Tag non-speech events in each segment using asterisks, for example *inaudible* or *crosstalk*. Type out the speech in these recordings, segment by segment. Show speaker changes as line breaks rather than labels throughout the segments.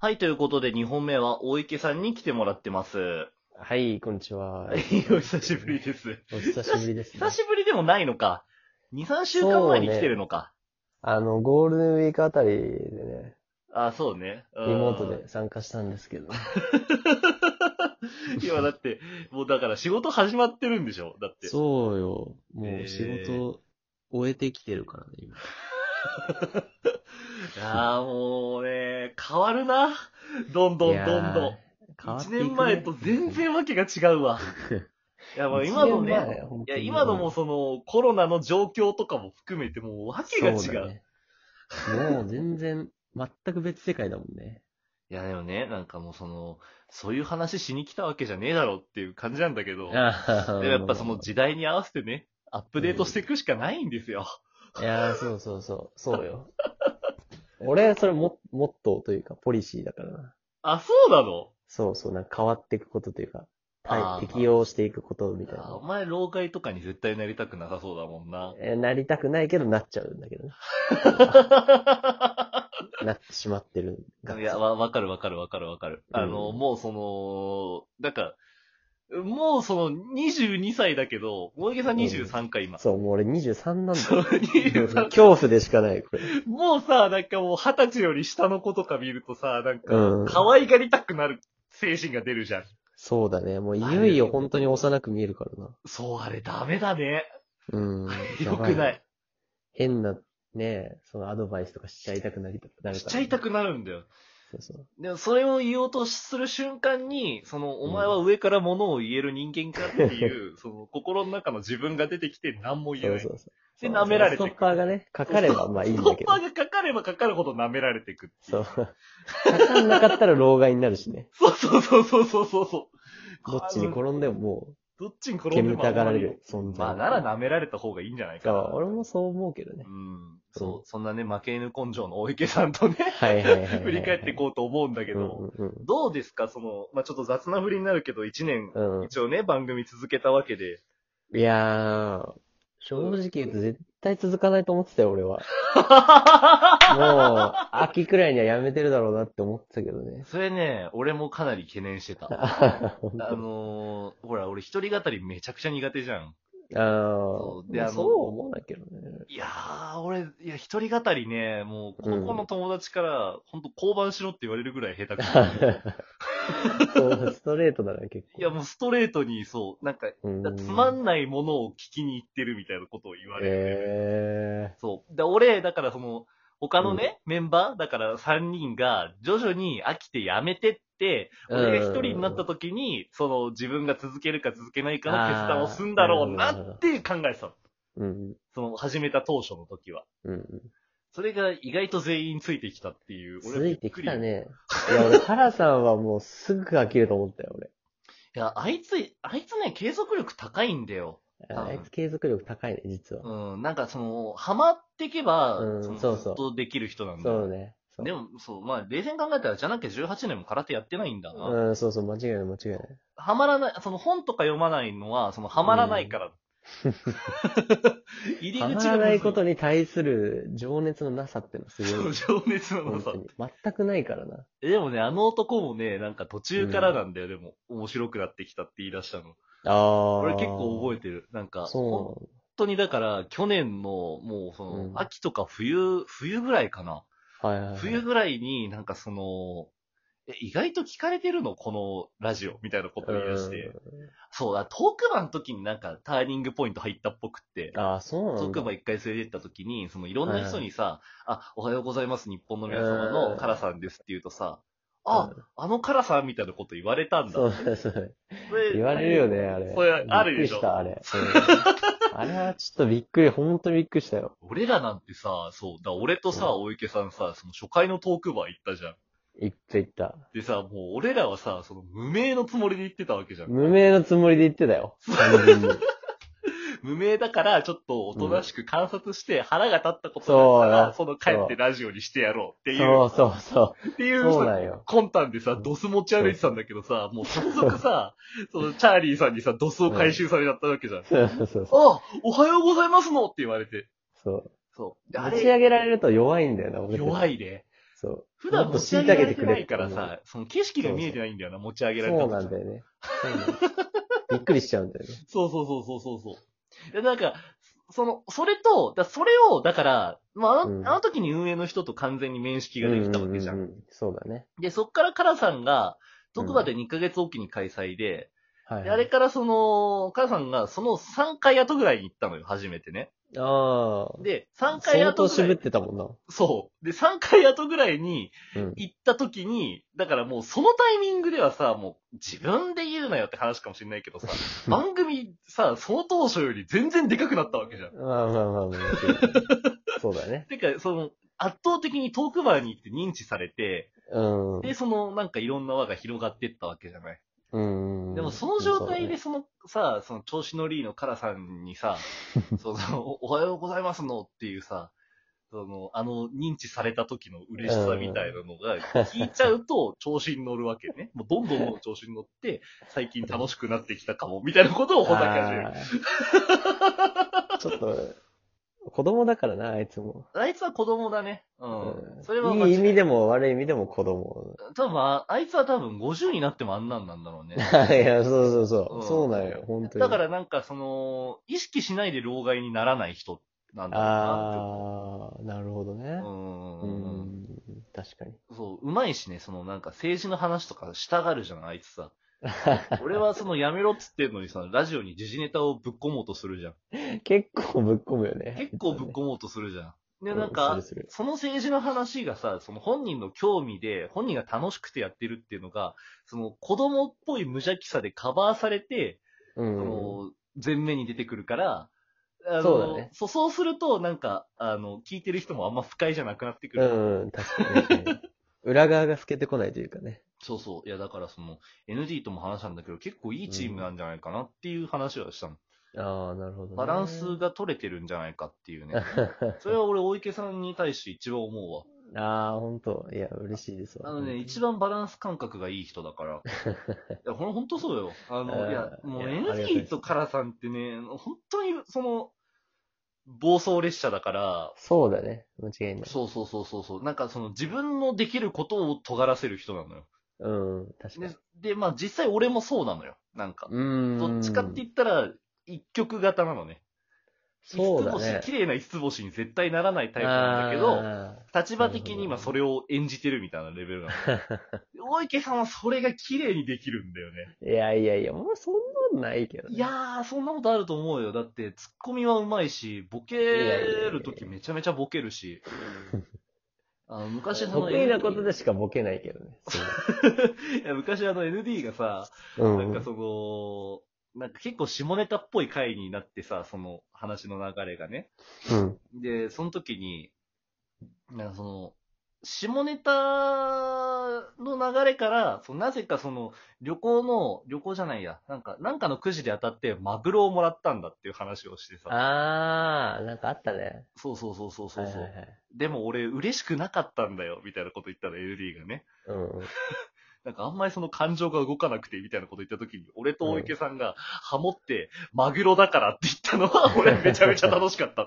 はい、ということで2本目は大池さんに来てもらってます。
はい、こんにちは
は。い、 *laughs* お久しぶりです。
お久しぶりです、ね
久。しぶりでもないのか。2、3週間前に来てるのか。
あの、ゴールデンウィークあたりでね、
あ、そうね。リ
リモートで参加したんですけど。
今だって、もうだから仕事始まってるんでしょだって。
そうよ。も
えー
う仕事終えてきてるからね、今。
いやーもうね、変わるな。どんどんどんどん。1年前と全然わけが違うわ。いや、もう今のね、、いや、今のもうそのコロナの状況とかも含めてもうわけが違う。
そうだねもう全然、全く別世界だもんね。
いや、でもね、なんかもうその、そういう話しに来たわけじゃねえだろっていう感じなんだけど、
あ
でもやっぱその時代に合わせてね、アップデートしていくしかないんですよ。
いやー、そうそうそう、そうよ。俺、それも、モットーというか、ポリシーだからな。
あ、そうなの
そうそう、なんか変わっていくことというか、
あ
は
ー
い、適応していくことみたい
あお
な。
前、老害とかに絶対なりたくなさそうだもんな。
えーなりたくないけど、なっちゃうんだけどね。なってしまってる。
*laughs* いや、わ、わかるわかるわかるわかる。あの、
うん
もうその、なんか、もうその22歳だけど、大げさ23か今。
そう、もう俺23なんだ
そう、
よ。
23。
恐怖でしかない、これ。
もうさ、なんかもう20歳より下の子とか見るとさ、なんか、
うん。
可愛がりたくなる精神が出るじゃん。
そうだね。もういよいよ本当に幼く見えるからな。
そう、あれダメだね。。
うん
*laughs* よく
やば
ない。。
変な、ねそのアドバイスとかしちゃいたくなりたくなるから。
しちゃいたくなるんだよ。
そうそう。
でも、それを言おうとする瞬間に、その、お前は上から物を言える人間かって
*laughs*
いう、その、心の中の自分が出てきて何も言え
そ
な
う
い。
そうそう。
で、舐められて
ス
く
トッパーがね、かかればまあいいん
スト
だ
ッ
けど
パ。ーがかかればかかるほど舐められていくってい
そう。かかんなかったら老害にな
*laughs*
るしね。
そうそうそうそうそうそうそう。
どっちに転んでもも
どっちに
う、
転んで
煙
も
たがられ
あんま
る存
り
在。
まあ、なら舐められた方がいいんじゃない
そ
かな
う。俺もそう思うけどね
う。ん。そう。そんなね、負け犬根性の大池さんとね、
はいはいはいはいはい。
振り返っていこうと思うんだけど、
うんうん
どうですかその、まあちょっと雑な振りになるけど、1年、
うん。う
一応ね、番組続けたわけで。
ん。いやー、正直言うと絶対続かないと思ってたよ、
*laughs*
俺は。もう、秋くらいにはやめてるだろうなって思ってたけど
*laughs*
ね。
*laughs* それね、俺もかなり懸念してた。あ
あー
のー、ほら、俺一人語りめちゃくちゃ苦手じゃん。
あ
うであの
ー、そう思わないけどね。
*laughs* いやー、俺、いや、一人語りね、もう、ここの友達から、ほんと降板しろって言われるぐらい下手く *laughs* そ。
そうストレートだな、結構。
いや、もうストレートに、そう、なんか、
うん、
つまんないものを聞きに行ってるみたいなことを言われる。
え
そう。で、俺、だからその、他のね、メンバー、だから3人が徐々に飽きてやめてって、
うん
俺が一人になった時に、その自分が続けるか続けないかの決断をすんだろうなって考えてたの。
ー。うん。
その始めた当初の時は。
うん。
それが意外と全員ついてきたっていう。
ついてきた
びっくり。
ね。いや、俺、原さんはもうすぐ飽きると思ったよ、
*laughs*
俺。
いや、あいつ、あいつね、継続力高いんだよ。
あ
うん
あいつ継続力高いね、実は。
うん、なんかその、ハマってけば、
うん
の
そうそう
ずっとできる人なんだよ
そうね。そう
でも、そう、まあ、冷静に考えたら、じゃなきゃ18年も空手やってないんだな。
うん、そうそう、間違いない、間違いない。
はまらない、その本とか読まないのは、そのはまらないから。 *laughs* 入り口が
ハ
む
マ
ず
らないことに対する情熱のなさってのはす
そ
ご
う
い。
情熱なの
本
さ
当。に。全くないか
*laughs*
らな。
えでもね、あの男もね、なんか途中からなんだよ、でも、面白くなってきたって言い出したの。
ああ。
俺結構覚えてる。なんか、本
そ
当にだから、去年の、もうその、
うん
秋とか冬、冬ぐらいかな。
うなの。はいはいはい。
冬ぐらいになんかその、え、意外と聞かれてるのこのラジオみたいなことを言い出して。そうだ、トークマンの時になんかターニングポイント入ったっぽくって。
うん。ああ、そうなんだ。
特番一回連れてった時に、そのいろんな人にさ、あ、おはようございます、日本の皆様
う
の
ん
カラさんですって言うとさ、あ、あのカラさんみたいなこと言われたんだ。
そうそうそう。
それ
言われるよね、あ
*laughs*
れ。
それあるでし
び
ょ。
っくりした、あれ。うんあれはちょっとびっくり、本当にびっくりしたよ。
俺らなんてさ、そう、だ俺とさ、
う
大池さんさ、その初回のトークバー行ったじゃん。
いっぱい言った。
でさ、もう俺らはさ、その無名のつもりで行ってたわけじゃん。
無名のつもりで言ってたよ。完全に
無名だから、ちょっとおとなしく観察して腹が立ったことがあったら、その帰ってラジオにしてやろうっていう、
そうそうそ。
っていうう
そう
さ
なんよ。
魂胆でさ、ドス持ち歩いてたんだけどさ、もう早速
*laughs*
さ、そのチャーリーさんにさ、ドスを回収されちゃったわけじゃん。
そうそうそう。
あおはようございますのって言われて。
そう。
そう。であ
持ち
れ、
上げられると弱いんだよな、俺たち
弱。いね。
そう。
普段
もっ
持
と
ち
虐
上げら
げ
れ
て
て
く
な
れ
いからさ、その景色が見えてないんだよな、持ち上げられた
そ
時
うなんだよね。そうなんだよびっくりしちゃう
*laughs*
んだよね。
そうそうそうそうそうそう。で、なんか、その、それと、だそれを、だから、まあ、あ
うん
のあの時に運営の人と完全に面識ができたわけじゃん。
ううううそうだね。
で、そっからカラさんが、特場で2ヶ月おきに開催で、
はい。
であれからその、カラさんがその3回後ぐらいに行ったのよ、初めてね。
ああ。
で、3回
相
後
当
ぐら
渋っ
い、
てたもんな。
そう。で、3回後ぐらいに
うん。
行った時に、だからもうそのタイミングではさ、もう自分で言うなよって話かもしれないけどさ、番組さ、その当初より全然でかくなったわけじゃん。
まあまあまあまあ。そうだね。
てか、その、圧倒的にトークバーに行って認知されて、
うん。
で、その、なんかいろんな輪が広がってったわけじゃない。
うん。
でも、その状態で、
そ
その、さ、その、調子のリーのカラさんに
*laughs*
さ、その、おおはようございますのっていうさ、その、あの、認知された時の嬉しさみたいなのが、聞いちゃうと、調子に乗るわけね。もう、どんどんどん調子に乗って、最近楽しくなってきたかも、みたいなことを
う
ほざき
だ
始める。
ねあーちょっと、子供だからな、あいつも。
あいつは子供だね。う
うん
ん。それは間
い
違
い
い
意味でも悪い意味でも子供。
多分あ、あいつは多分50になってもあんなんなんだろうね。
いや、そうそうそう。
うん
そうなんよ、本当に。
だからなんかその、意識しないで老害にならない人なんだろうな
ああ、なるほどね
ち。ょっと。う
う
んうんうん。
ん、確かに。
そう、うまいしね、そのなんか政治の話とかしたがるじゃん、あいつ
*laughs*
さ。俺はそのやめろっつってんのにさ、ラジオに時事ネタをぶっ込もうとす
*laughs*
るじゃん。
結構ぶっ込むよね。
結構ぶっ込もうとするじゃん。で、
うん
なんか、
する
その政治の話がさ、その本人の興味で、本人が楽しくてやってるっていうのが、その子供っぽい無邪気さでカバーされて、
する。う
あ
ん。
の、前面に出てくるから、あの
そうだね
そう、そうすると、なんか、あの、聞いてる人もあんま不快じゃなくなってく
う
る。
ん、うん確かに確かに。裏側が透けてこないというかね。
そうそう。いや、だからその、ND とも話したんだけど、結構いいチームなんじゃないかなっていう話はしたの。
ああ、なるほど、ね。
バランス。が取れてるんじゃないかっていうね。
あ
それは俺、大池さんに対して一番思うわ。
あー、本当いや、嬉しいですわ。
あのね、一
番。
番バランス感覚がいい人だ
*laughs*
から。いや、ほんほんとそうよ。あの、いや、
うん
もう
いやありがたい
ND とカラさんってね、本当に、その、暴走列車だから、
そうだね。間違いない。
そうそうそうそうそう。なんかその自分のできることを尖らせる人なのよ。
うん、確か
で
に。、
でまあ実際俺もそうなのよ。なんか。
うん。
どっちかって言ったら、一曲型なのね。
そうだ
五つ
ね
星、。綺麗な五つ星に絶対ならないタイプなんだけど、
あ
立場的に今それを演じてるみたいなレベ
*laughs*
ルなの。大池さんはそれが綺麗にできるんだよね。
ーいやいやいや、もうそんなんないけど、ね。
いやー、そんなことあると思うよ。だって、ツッコミはうまいし、ボケるときめちゃめちゃボケる
*laughs*
し。あの昔その
得意なことでしかボケないけ
*laughs*
どね。
いや昔あの ND がさ、
う
なんかその、なんか結構下ネタっぽい回になってさ、その話の流れがね。
うん。
で、その時に、なんかその、下ネタの流れから、そのなぜかその、旅行の、旅行じゃないや、なんか、なんかのくじで当たってマグロをもらったんだっていう話をしてさ、
あー、なんかあったね。
そうそうそうそうそう、
はいはいはい
でも俺嬉しくなかったんだよ、みたいなこと言ったら ND がね。
うん。
なんかあんまりその感情が動かなくてみたいなこと言った時に、俺と大池さんがハモって、マグロだからって言ったのは、俺めちゃめちゃ楽しかった。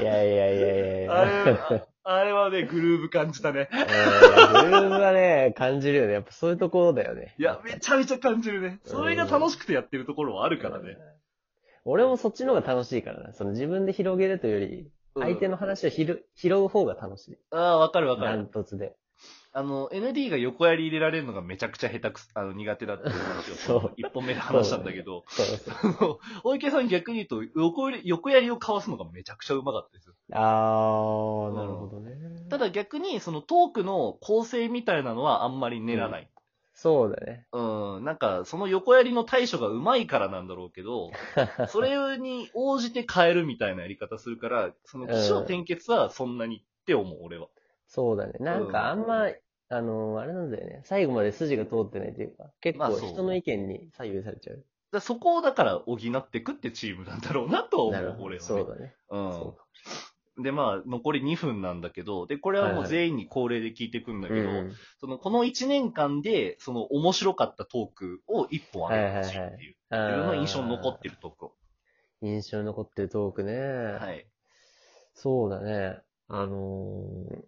いやいやいやいや。
あれああれはね、グルーヴ感じたね。
うん自分はね、感じるよね。やっぱそういうところだよね。
いや、めちゃめちゃ感じるね。それが楽しくてやってるところはあるからね。
俺もそっちの方が楽しいからな。その自分で広げるというより、相手
の。
の話をひる拾う方が楽しい。
ああ、わかるわか
ダ
る。
ントツで。
あの、ND が横やり入れられるのがめちゃくちゃ下手くそ、あの、苦手だっていう *laughs* 話を、
そう
一本目で話したんだけど、
そうそう。
あの大池さん逆に言うと、横やり、横やりをかわすのがめちゃくちゃうまかったですよ。
あー、なるほどね。
ただ逆に、そのトークの構成みたいなのはあんまり練らない。
そうだね。 *laughs*
うん、なんか、その横やりの対処がうまいからなんだろうけど、それに応じて変えるみたいなやり方するから、その起承転結はそんなにって思う、俺は。
そうだね。なんかあんま、あのあれなんだよね。最後まで筋が通ってないというか、結
まあ
構
そう
人の意見に左右されちゃう。
だそこをだから補ってくってチームなんだろうなとは
な
思
る
う、
ほ
俺
ど。
は、ね。
そうだね。
う
そ
ん。で、まあ、残り2分なんだけど、で、これはもう全員に恒例で聞いてくんだ
う
け
だ
ど、
うん
その、この1年間で、その、面白かったトークを1本あげてほしいっていう、
はいは
自
いはい
分の印象に残って
る。
るトークを。
印象に残ってるトークね。
はい。
そうだね。あのー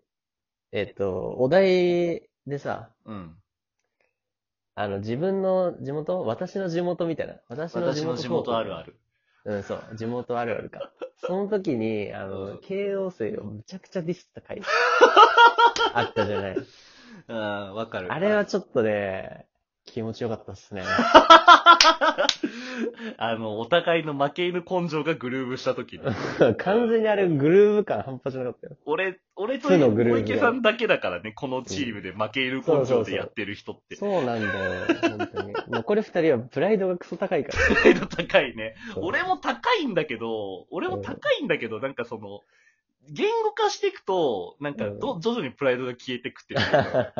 えっと、お題でさ、
うん。
あの、自分の地元私の地元みたいな。私の地
私
元
の地元あるあ
る。
る。
うん、そう。地元あるある
*laughs*
か。その時に、あの、慶応生をむちゃくちゃディスった回。あったじゃない。
うん、わかる。
あれはちょっとね、気持ちよかったっすね。 *laughs*
あの、お互いの負け犬根性がグルーブした時に。
完全にあれグルーヴ感半端じゃなかったよ。
俺、俺と
負のグルー
小
ブ
池さんだけだからね、このチームで負け犬根性でやってる人って。
そうなんだよ、本
*laughs*
当に。残り二人はプライドがクソ高いから。
プライド高いね。
そう *laughs*
俺も高いんだけど、俺も高いんだけど、なんかその、言語化していくと、なんかど、徐々にプライドが消えてくっていう
*laughs*
か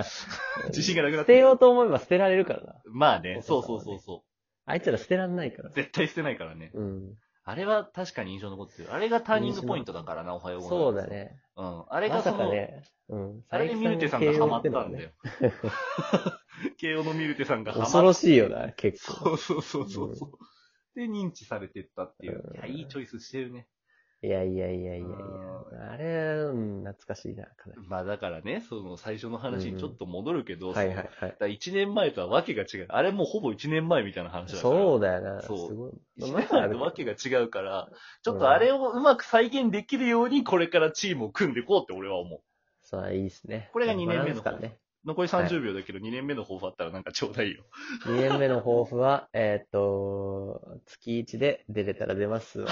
自信がなくなっ
捨
て
て
くる
ようと思えば捨てられるからな。
まあね、
そ
そうう
そ
そうう
そう
そうそ
あいつら捨てらんないから
う。。絶対捨てないからね。
うん。
あれは確かに印象残ってる。あれがターニングポイントだからな、おはようございます。
そうだ。ね。
うん。あれ
ま
がそ
さか
の、
ね。うん。
あれでミルテさんがハマったんだよ。 *laughs* 慶応のミルテさんがハマった。
恐ろしいよな、結
そ
構。
うそうそうそうそう。で、認知されてったっていう。
うん
いや、いいチョイスしてるね。
いやいやいやいやいや
う。
あれ、うん、懐かしいな、かなり。
まあだからね、その最初の話にちょっと戻るけど、
はいはいはい。
1年前とはわけが違う。あれもうほぼ1年前みたいな話だから。
そうだよな、す
そう
ごい。
1
まあ
年前とわけが違うから、ちょっ
うん
とあれをうまく再現できるように、これからチームを組んでいこうって俺は思う。
そう、いいですね。
これが二年目の
バランス感ね。
残り30秒だけど、2年目の抱負あったらなんかちょうだ
*laughs*
いよ。
2年目の抱負は、 *laughs* えーっと、月1で出れたら出ますわ。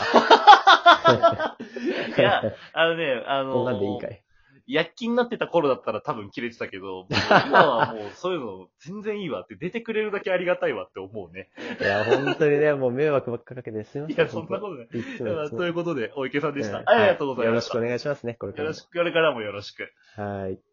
いや、あのね、あの
*laughs* こんなんでいいかい。
躍起になってた頃だったら多分切れてたけど、今はもうそういうの全然いいわって、出てくれるだけありがたいわって思うね。
いや、本当にね、もう迷惑ばっかかけてすいませ
*laughs* い
ん。
や、そんなことない。
と。いつ
だ
も
から
いつも
ということで、お池さんでした。
ん
ありがとうございました。
はよろしくお願いしますね、これか
よ
ら
ろ
も
しく、これからもよろしく。
はい。